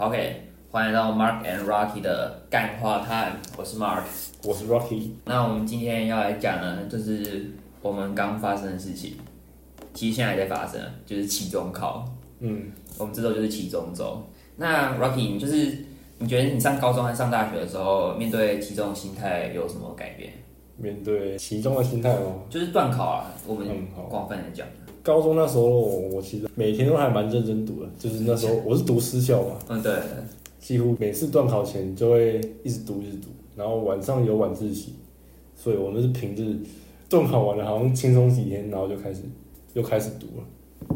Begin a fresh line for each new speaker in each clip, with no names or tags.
OK，欢迎来到 Mark and Rocky 的干话探，我是 Mark。
我是 Rocky，
那我们今天要来讲呢，就是我们刚发生的事情，其实现在还在发生，就是期中考。
嗯，
我们这周就是期中周。那 Rocky，你就是你觉得你上高中和上大学的时候，面对期中的心态有什么改变？
面对其中的心态哦。
就是断考啊，我们
嗯，好。
广泛的讲，
高中那时候我其实每天都还蛮认真读的，就是那时候我是读私校嘛，
嗯，对，
几乎每次段考前就会一直读一直读，然后晚上有晚自习，所以我们是平日段考完了，好像轻松几天，然后就开始又开始读了。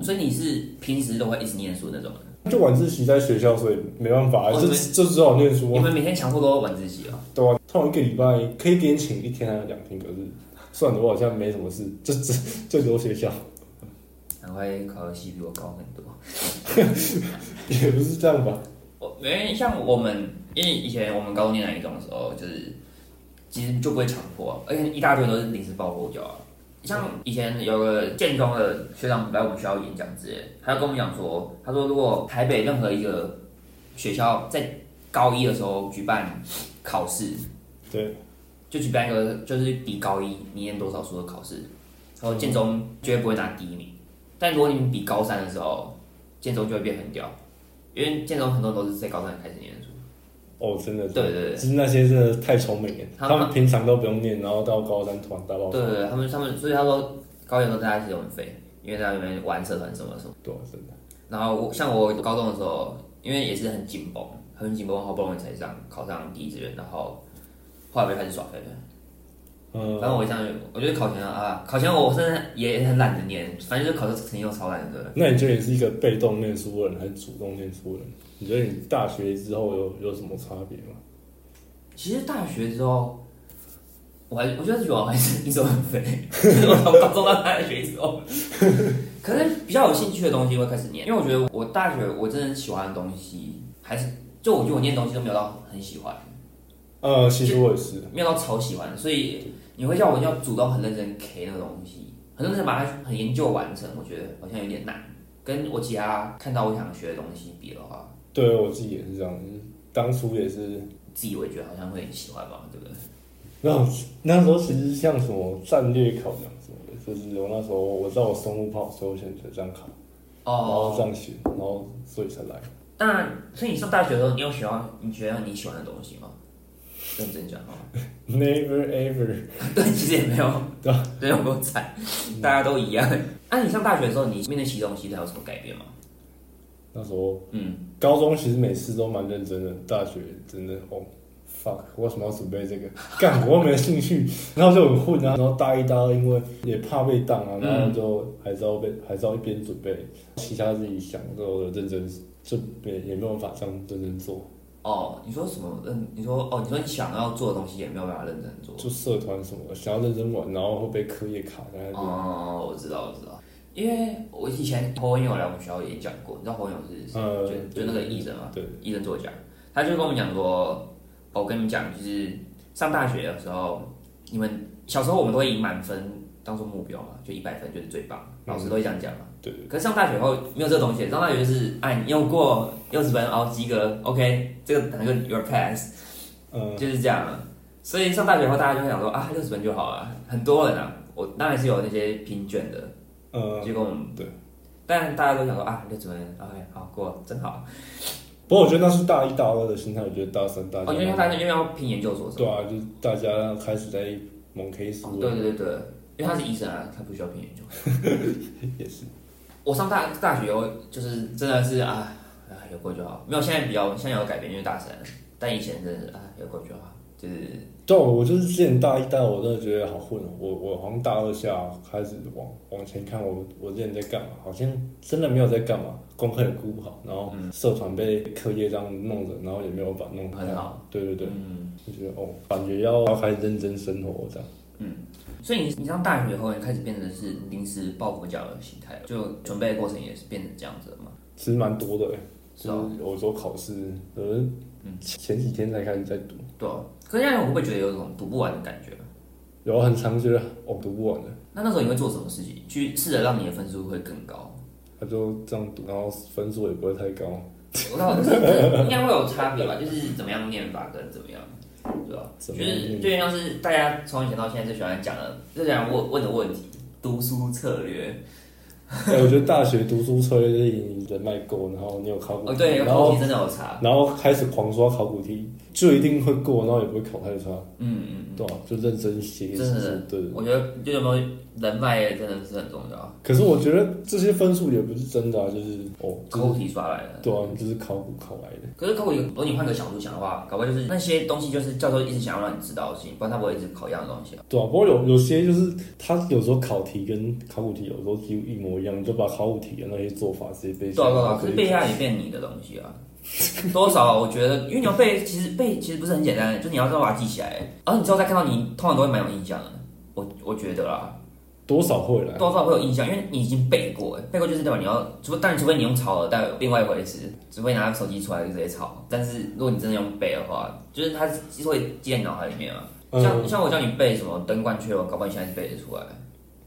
所以你是平时都会一直念书那种人，
就晚自习在学校，所以没办法，
哦
就
你们
就只好念书
你
啊，
们每天强迫都晚自习哦。
对啊，通常一个礼拜可以给你请一天还是两天，可是算了，我好像没什么事，就只 就留学校。
难怪考的系比我高很多。
也不是这样吧？
我因为像我们，因为以前我们高中念南一中的时候，就是其实就不会强迫、而且一大堆人都是临时抱佛脚啊。像以前有个建中的学长来我们学校演讲之类的，他就跟我们讲说，他说如果台北任何一个学校在高一的时候举办考试，
对，
就举办一个就是比高一你念多少书的考试，然后建中绝对不会拿第一名，但如果你们比高三的时候，建中就会变很屌，因为建中很多人都是在高三开始念书。
哦，真的，
对对对
其实那些真的太聪明了，
他
他
们
们平常都不用念，然后到高三突然大爆发，
对对对，他们他们所以他说高一的时候大家其实很废，因为在那边玩社团什么什么。
对啊，真的，
然后我像我高中的时候，因为也是很紧绷，很紧绷，好不容易才上考上第一志愿，然后后来我就开始耍废了。
嗯，
反正我一上去，我觉得考前啊，考前我真的也很懒得念，反正就是考试成绩又超烂的。
那你觉得你是一个被动念书人还是主动念书人？你觉得你大学之后有有什么差别吗？
其实大学之后，我还我觉得觉得我还是一直很肥，就是我从高中到大学之后，可能比较有兴趣的东西会开始念，因为我觉得我大学我真的喜欢的东西还是就我觉得我念的东西都没有到很喜欢，
呃，其实我也是，
没有到超喜欢，所以你会叫我要主动很认真 K 那个东西，很认真把它很研究完成，我觉得好像有点难。跟我其他看到我想学的东西比的话，
对我自己也是这样，当初也是，
自己我也觉得好像会很喜欢吧，对不对？
那那时候其实像什么战略考量什么的，就是我那时候我知道我生物不好，所以我选择这样考，然后
哦，
这样学，然后所以才来。
那所以你上大学的时候，你有喜欢你觉得你喜欢的东西吗？认真 讲哦，
Never ever，
对，其实也没有，
对
对，我够惨，大家都一样。那、你上大学的时候，你面对其中心态有什么改变吗？
那时候
嗯，
高中其实每次都蛮认真的，大学真的哦，fuck，我为什么要准备这个？ 干，我又没有兴趣， 然后就很混啊。然后大一、大二因为也怕被当啊，
嗯
然后就还是要被，还是要一边准备，其他自己想之后的认真，就也也没有办法这样认真做。
哦，你说什么？嗯，你说哦，你说你想要做的东西也没有办法认真做。
就社团什么的，想要认真玩，然后会被课业卡在那边。
哦，我知道，我知道，因为我以前侯文勇来我们学校演讲过，你知道侯文勇是谁？
呃
就就那个医生嘛。
对，
医生作家，他就跟我们讲说，哦我跟你们讲，就是上大学的时候，你们小时候我们都会以满分当做目标嘛，就一百分就是最棒，老师都会这样讲嘛。
对。
可是上大学后没有这个东西，上大学就是，哎，你用过六十分，哦，及格，OK，这个哪个 your pass，
嗯，
就是这样啊。所以上大学后，大家就会想说啊，六十分就好了。很多人啊，我当然是有那些评卷的，
呃，
结果我们
对，
但大家都想说啊，六十分，OK，好过了，真好。
不过我觉得那是大一、大二的心态，我觉得大三、嗯大
哦，因为
四，
大家因为要拼研究所，
对啊，就是大家开始在猛 K 啊
哦
书
对。
了
对对对，因为他是医生啊，他不需要拼研究。
也是，
我上大大学后就是真的是啊，啊有过就好，没有现在比较现在有改变，因为大三，但以前真的是啊有过就好，就是
对，啊我就是之前大一、大二，我真的觉得好混哦。我我好像大二下开始往往前看我，我之前在干嘛，好像真的没有在干嘛，功课也顾不好，然后
嗯
社团被课业这样弄着，然后也没有把它弄
很好。
对对对，
嗯
就觉得哦，感觉要要开始认真生活这样。
嗯，所以你你上大学后，你开始变成是临时抱佛脚的心态了，就准备的过程也是变成这样子了嘛。
其实蛮多的欸，
是
就
哦嗯
是有时候考试，可能前几天才开始在读，
对啊，可是这样你会不会觉得有一种读不完的感觉？
有很常觉得哦读不完的，
那那时候你会做什么事情去试着让你的分数会更高？
他就这样读，然后分数也不会太高，
我到底应该会有差别吧？就是怎么样念法跟怎么样，对吧？就
怎么样
是
念
就像是大家从以前到现在最喜欢讲的，最喜欢问问的问题，读书策略。
哎、我觉得大学读书策略就是你人脉够，然后你有考古
哦，
题，
对，
然
考
后
题真的有差。
然后开始狂刷考古题，就一定会过，然后也不会考太差，
嗯嗯
对吧、啊就认真写，
真的
对。啊
嗯，我觉得就有没有人脉也真的是很重要。
可是我觉得这些分数也不是真的啊，就是哦，就
考
是
题刷来的。
对啊，你就是考古考来的，
可是考古题，如果你换个角度想的话，搞不好就是那些东西就是教授一直想要让你知道的事情，不然他不会一直考一样的东西啊。
对啊。不过有有些就是他有时候考题跟考古题有时候几乎一模一样，你就把考古题的那些做法直接背
对啊对
下来。
啊对啊，可
可
是
以
背下来也变你的东西啊。多少啊我觉得，因为你要背，其实背其实不是很简单的，就你要知道把它记起来，然后你之后再看到你，通常都会蛮有印象的。我我觉得啦，
多少会来。
多少会有印象，因为你已经背过了，背过就是代表你要，除非当然除非你用抄的，但另外一回事，除非拿手机出来就直接抄。但是如果你真的用背的话，就是它是会记在脑海里面啊。像、
嗯，
像我叫你背什么灯冠雀，我搞不好你现在是背得出来。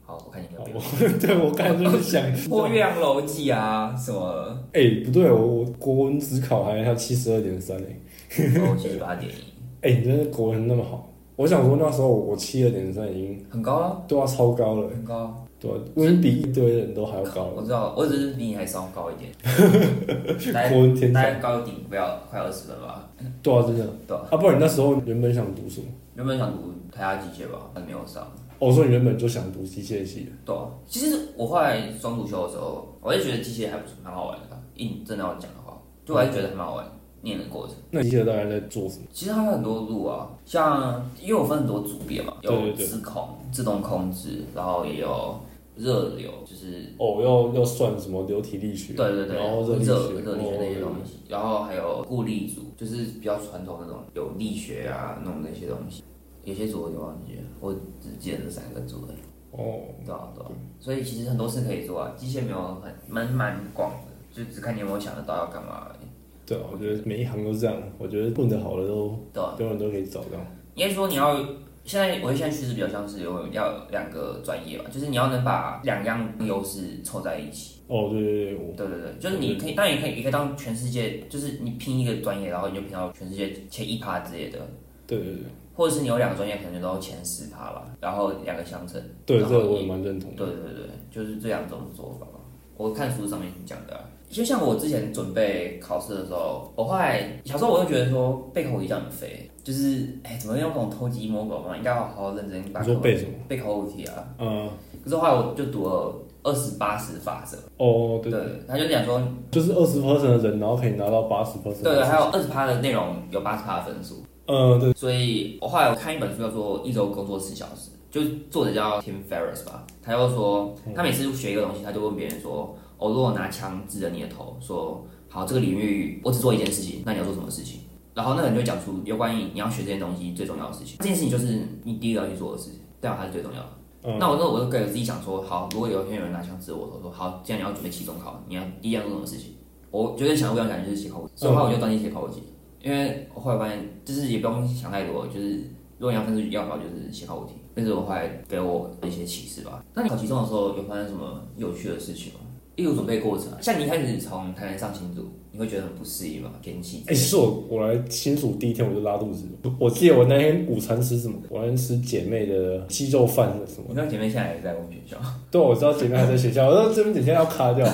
好，我看你有
好
没有。
我嗯 对哦我刚才就 是想，
破岳阳楼记啊，什么
哎、不对，我我国文只考还要七十二点三哎，
楼记八点一，
哎、你真的国文那么好？我想说那时候我七二点三已经
很高啊，
对啊超高了、
很高啊。
对、啊，我已经比一堆人都还要高
我
了，
知道，我只是比你还稍高一 点，大概
国文天
大
才，
概高顶不要快二十分吧。
对啊，真的。
对啊，
啊，不然你那时候原本想读什么？
原本想读台大机械吧，但没有上。
我说你原本就想读机械系的，
对啊、其实我后来双主修的时候，我就觉得机械还不是蛮好玩的啦。硬真的要讲的话，就我还是觉得还蛮好玩，念的过程。
那机械大概在做什么？
其实它有很多路啊，像因为我分很多组别嘛，有
对对对
自控、自动控制，然后也有热流，就是
哦，要要算什么流体力学？
对对对，
然后
热
热力学，
热力学那些东
哦
西，然后还有固力组，就是比较传统那种有力学啊那种那些东西。有些组我就忘记了，我只记得这三个组而已。
哦，
对啊，对啊，所以其实很多事可以做啊，机械没有很蛮蛮广的，就只看你有没有想得到要干嘛而已。
对啊，我觉得每一行都这样，我觉得混得好的都
对啊，
永远都可以找到。
应该说你要现在，我觉得现在趋势比较像是有要有两个专业吧，就是你要能把两样优势凑在一起。
哦，对对对，我
对对对，就是你可以，当然也可以，也可以当全世界，就是你拼一个专业，然后你就拼到全世界前一趴之类的，
对对对
或者是你有两个专业，可能就到前十趴吧，然后两个相乘。
对，
然
这
后
个我
你
也蛮认同的。
对对对，就是这两种做法。我看书上面讲的啊、就像我之前准备考试的时候，我后来小时候我就觉得说背口语这样很废，就是哎、怎么用那种偷鸡摸狗嘛，应该要好好认真把
你说
口
背什么？
背口语题啊。
嗯，
可是后来我就读了二十八十法则，
哦，对，
对，他就讲说，
就是二十 percent 的人，然后可以拿到八十 percent。
对对，还有二十趴的内容有八十趴的分数，
嗯，对，
所以我后来我看一本书叫做《一周工作四小时》，就是作者叫 Tim Ferriss 吧，他就说他每次学一个东西，他就问别人说：“哦，如果我拿枪指着你的头，说好这个领域我只做一件事情，那你要做什么事情？”然后那个人就会讲出有关于你要学这件东西最重要的事情，这件事情就是你第一个要去做的事情，这样它是最重要的。
嗯，
那我那我就给我自己想说，好，如果有一天有人拿枪指着我头说，好，既然你要准备期中考，你要第一样做什么事情？我觉得想要不想想就是写考古题，所以后来我就专心写考古题，因为我后来发现就是也不用想太多，就是如果你要分数要高就是写考古题，但是我后来给我一些启示吧。那你考期中的时候有发生什么有趣的事情吗？例如准备过程啊，像你一开始从台南上新竹，你会觉得很不适应吗？天气
哎、其实我我来新竹第一天我就拉肚子，我记得我那天午餐吃什么？我那天吃姐妹的鸡肉饭还是什么？
我那姐妹现在也在我们学校，
对，我知道姐妹还在学校，我说这边等一下要卡掉。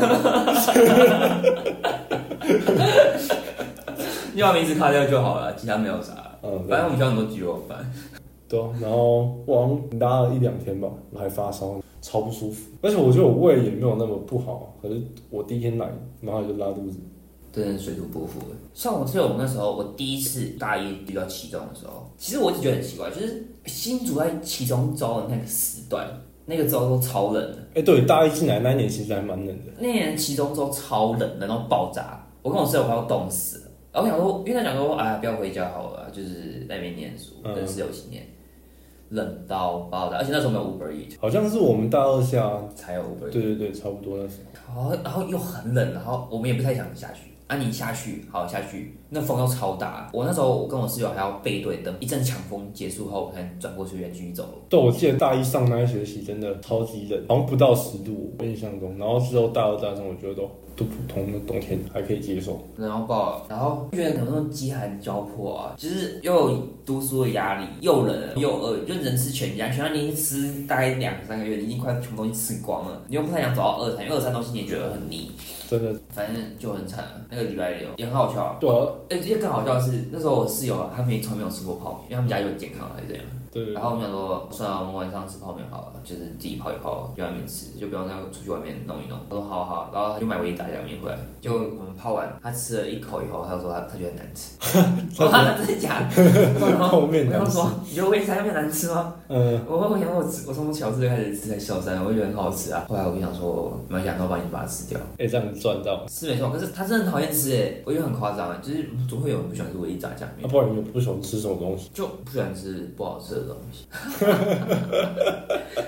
你把名字卡掉就好了，其他没有啥。
嗯，
反正我
对
们学校很多鸡肉饭。
对啊，然后我好像拉了一两天吧，我还发烧，超不舒服。而且我觉得我胃也没有那么不好，啊可是我第一天来，然后就拉肚子。
真的水土不服。像我记得我那时候，我第一次大一遇到期中的时候，其实我一直觉得很奇怪，就是新竹在期中周的那个时段，那个周都超冷的，
哎、对，大一进来那一年其实还蛮冷的。
那年期中周超冷的，然后爆炸，我跟我室友快要冻死了。然后我想说，因为他讲说，哎呀，不要回家好了，就是在那边念书，
嗯
跟室友一起念，冷到爆炸，而且那时候没有 Uber Eat，
好像是我们大二下，
才有 Uber
对
Eat，
对对，差不多那时
然
候。
后然后又很冷，然后我们也不太想下去。啊，你下去，好下去，那风又超大。我那时候我跟我室友还要背对灯，一阵强风结束后，我才转过去再继续走路。
对，我记得大一上那一学期真的超级冷，好像不到十度，我印象中。然后之后大二、大三，我觉得都都普通的冬天还可以接受。
然后爆，然后觉得怎么那么饥寒交迫啊？就是又有读书的压力，又冷又饿，就人吃全家，全家你已经吃大概两三个月，你已经快全部东西吃光了，你又不太想走到二餐，因为二餐东西你也觉得很腻，
真的，
反正就很惨啊。那个礼拜六也很好笑啊，
对啊，
哎、这更好笑的是那时候我室友啊，他们从来没有吃过泡面，因为他们家就很健康还是怎样。
对，
然后我们想说，算了，我们晚上吃泡面好了，就是自己泡一泡，去外面吃，就不用再出去外面弄一弄。他说好好，然后他就买回一打酱面回来，就我们泡完，他吃了一口以后，他就说他他觉得很难吃，我说真的假的？
泡面
然
难
后
吃
说，你觉得味噌面难吃吗？
嗯，
我我想说我吃，我从小吃就开始吃在小三，我就觉得很好吃啊。后来我就想说，蛮想到把你把它吃掉，
哎，这样赚到，
是没错，可是他真的很讨厌吃诶，我觉得很夸张啊，就是总会有人不喜欢吃我一炸酱面
啊那。不然你不喜欢吃什么东西？
就不喜欢吃不好吃的东 西。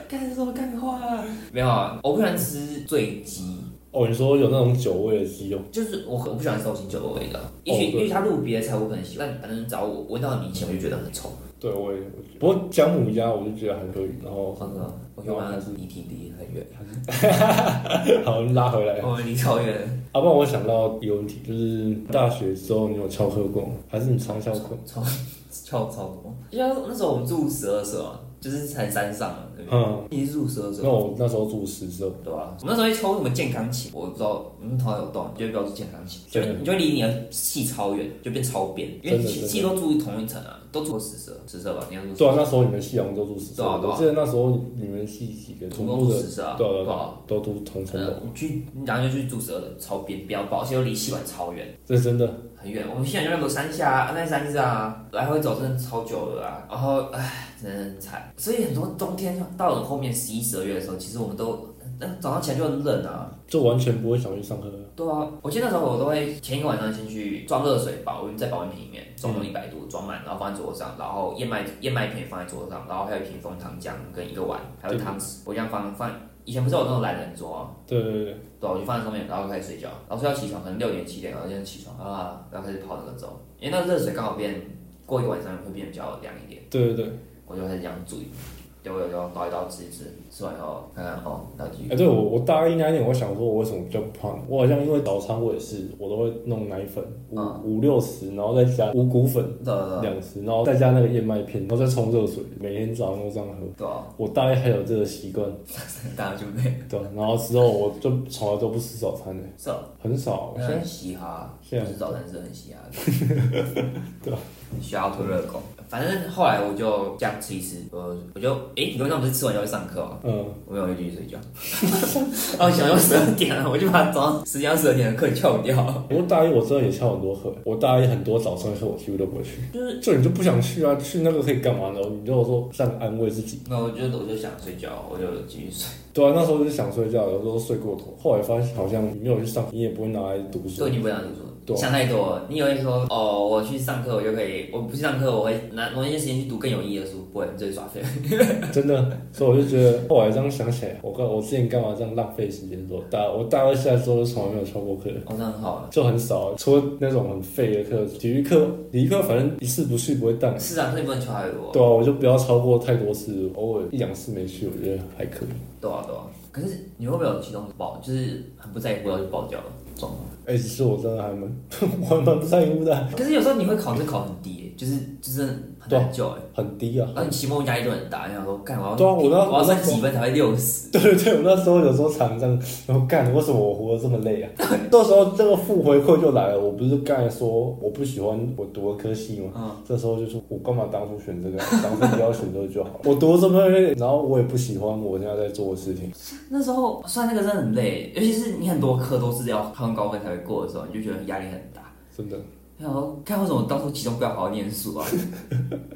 干什么干话、啊？没有啊，我不喜欢吃醉鸡，
哦，你说有那种酒味的鸡肉，
就是我我不喜欢烧清酒的味道。也许
哦对
也许它入别的菜我可能喜欢，但反正只要我闻到你以前我就觉得很臭。
对我也，我觉得不过姜母鸭我就觉得还可以，然后
我看看，我觉得好像是离题离很远，
好拉回来。
我 们离超远，
啊，不然我想到一个问题，就是大学之后你有翘课过吗？还是你常翘课？
超超超多。因为那时候我们住十二舍嘛，就是才山上嘛，对不对？
嗯，
你是住十二舍
那。我那时候住十之后，
对吧、我们那时候会抽什么健康琴，我不知道，我们头脑有洞，就会标注健康琴，就
对
你就离你的系超远，就变超边，因为
真的
系
真的
系都住同一层啊，都住十色，十色吧，你要住
对啊，那时候你们系好像都住十之
对
后，
啊对啊
我记得那时候你们系几个
总
同
共
住
住
的，
十色啊，
对啊对啊
不
对
好。
啊，都住同层
呃
楼，，
我去，然后就去住十二的超边，不要报，而且又离系馆超远，
这是真的。
很远。我们现在就那个山下啊，那山上啊，来回走真的超久了啊。然后，唉，真的很惨。所以很多冬天到了后面十一、十二月的时候，其实我们都，那早上起来就很冷啊。
就完全不会想去上课。
对啊，我记得那时候我都会前一个晚上先去装热水，保温在保温瓶里面装到一百度，装满，然后放在桌上，然后燕麦燕麦片放在桌上，然后还有一瓶枫糖浆跟一个碗，还有汤匙，我这样放放。以前不是有那种懒人桌吗？
对对对，
对啊、我就放在上面，然后开始睡觉，然后睡到起床，可能六点七点，然后就起床啊，然后开始泡那个粥，因为哎那个热水刚好变过一个晚上会变比较凉一点，
对对对，
我就开始这样煮，对我有时候倒一倒吃一吃，吃完以后看看哦，然后继续
哎、对我我大一那一年，我想说我为什么比较胖？我好像因为早餐我也是，我都会弄奶粉五、
嗯
五六十，然后再加五谷粉
对啊对啊
两十，然后再加那个燕麦片，然后再冲热水，每天早上都这样喝。
对啊，
我大一还有这个习惯，
大家就没
对，啊然后之后我就从来都不吃早餐的，
是啊
很少。我
那
现在
很嘻哈，
现在
就是早餐是很 嘻哈的，
啊
需要推热狗。反正后来我就这样吃一吃，我我就诶，你刚刚不是吃完要去上课吗？
嗯，
我没有，我就继续睡 觉。然后想到十二点啊了，我就把早上十点到十二点的课翘掉。
不过大一我真的也翘很多课，我大一很多早上课我几乎都不会去，
就是
就你就不想去啊，去那个可以干嘛呢？你就说像安慰自己。
那我就我就想睡觉，我就继续睡。
对啊，那时候就想睡觉，有时候睡过头。后来发现好像你没有去上，你也不会拿来读书
所以。你不想读书，
对啊
想太多了。你也会说哦，我去上课，我就可以；我不去上课，我会拿挪一些时间去读更有意义的书，不会，你这是耍废。
真的，所以我就觉得后来这样想起来，我干我之前干嘛这样浪费时间？我大我大二下之后就从来没有翘过课，
哦，那很好啊。
就很少，除了那种很废的课，体育课、体育课反正一次不去不会淡。
是啊，所以不能翘太多。
对啊，我就不要超过太多次，偶尔一两次没去，我觉得还可以。
对啊，对啊。可是你会不会有其中爆，就是很不在乎要去爆掉的状 况？
哎、其实我真的还蛮， 我还蛮不在乎的，
可是有时候你会考试考很低、就是就是很难救哎、
很低啊。
然后你期末压力就很大，你想说，干我要
对啊我那
我要
我那
算几分才会六十？
对对对，我那时候有时候常这样，然后干，为什么我活得这么累啊？ 到时候这个负回馈就来了，我不是刚才说我不喜欢我读的科系吗？
嗯，
这时候就说，我干嘛当初选这个？当初不要选这个就好了。我 读了这么累，然后我也不喜欢我现在在做的事情。
那时候算那个真的很累，尤其是你很多科都是要考很高分才会过的时候，你就觉得压力很大。
真的，
你想说，看为什么我当初期中不要好好念书啊？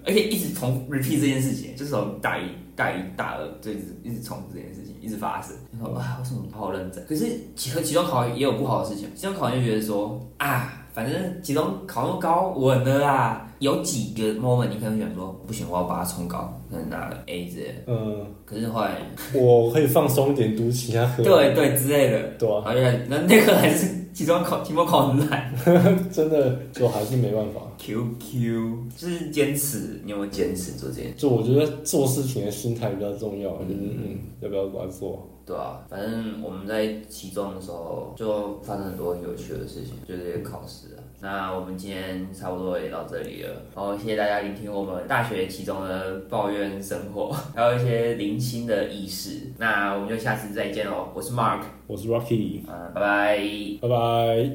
而且一直重 repeat 这件事情，就是从大一、大一、大二就一直一直重复这件事情，一直发生。你说啊，为什么不好认真？可是期和期中考也有不好的事情，期中考就觉得说啊，反正期中考那么高，稳了啦。有几个 moment 你可能想说，不行，我要把它冲高，可能拿了 A 之类的。
嗯，
可是后来，
我可以放松一点，读其他科。啊
对对之类的，
对
然
啊，
后就开始那那个还是期中考、期末考很烂。
真的就还是没办法。
QQ 就是坚持，你有没有坚持做这件事？
就我觉得做事情的心态比较重要，就是嗯，要不要把它做好？
对啊，反正我们在其中的时候就发生很多很有趣的事情，就这些考试啊。那我们今天差不多也到这里了，然后谢谢大家聆听我们大学其中的抱怨生活， 还有一些零星的意识。那我们就下次再见喽，我是 Mark，
我是 Rocky，
嗯、拜拜。
拜拜。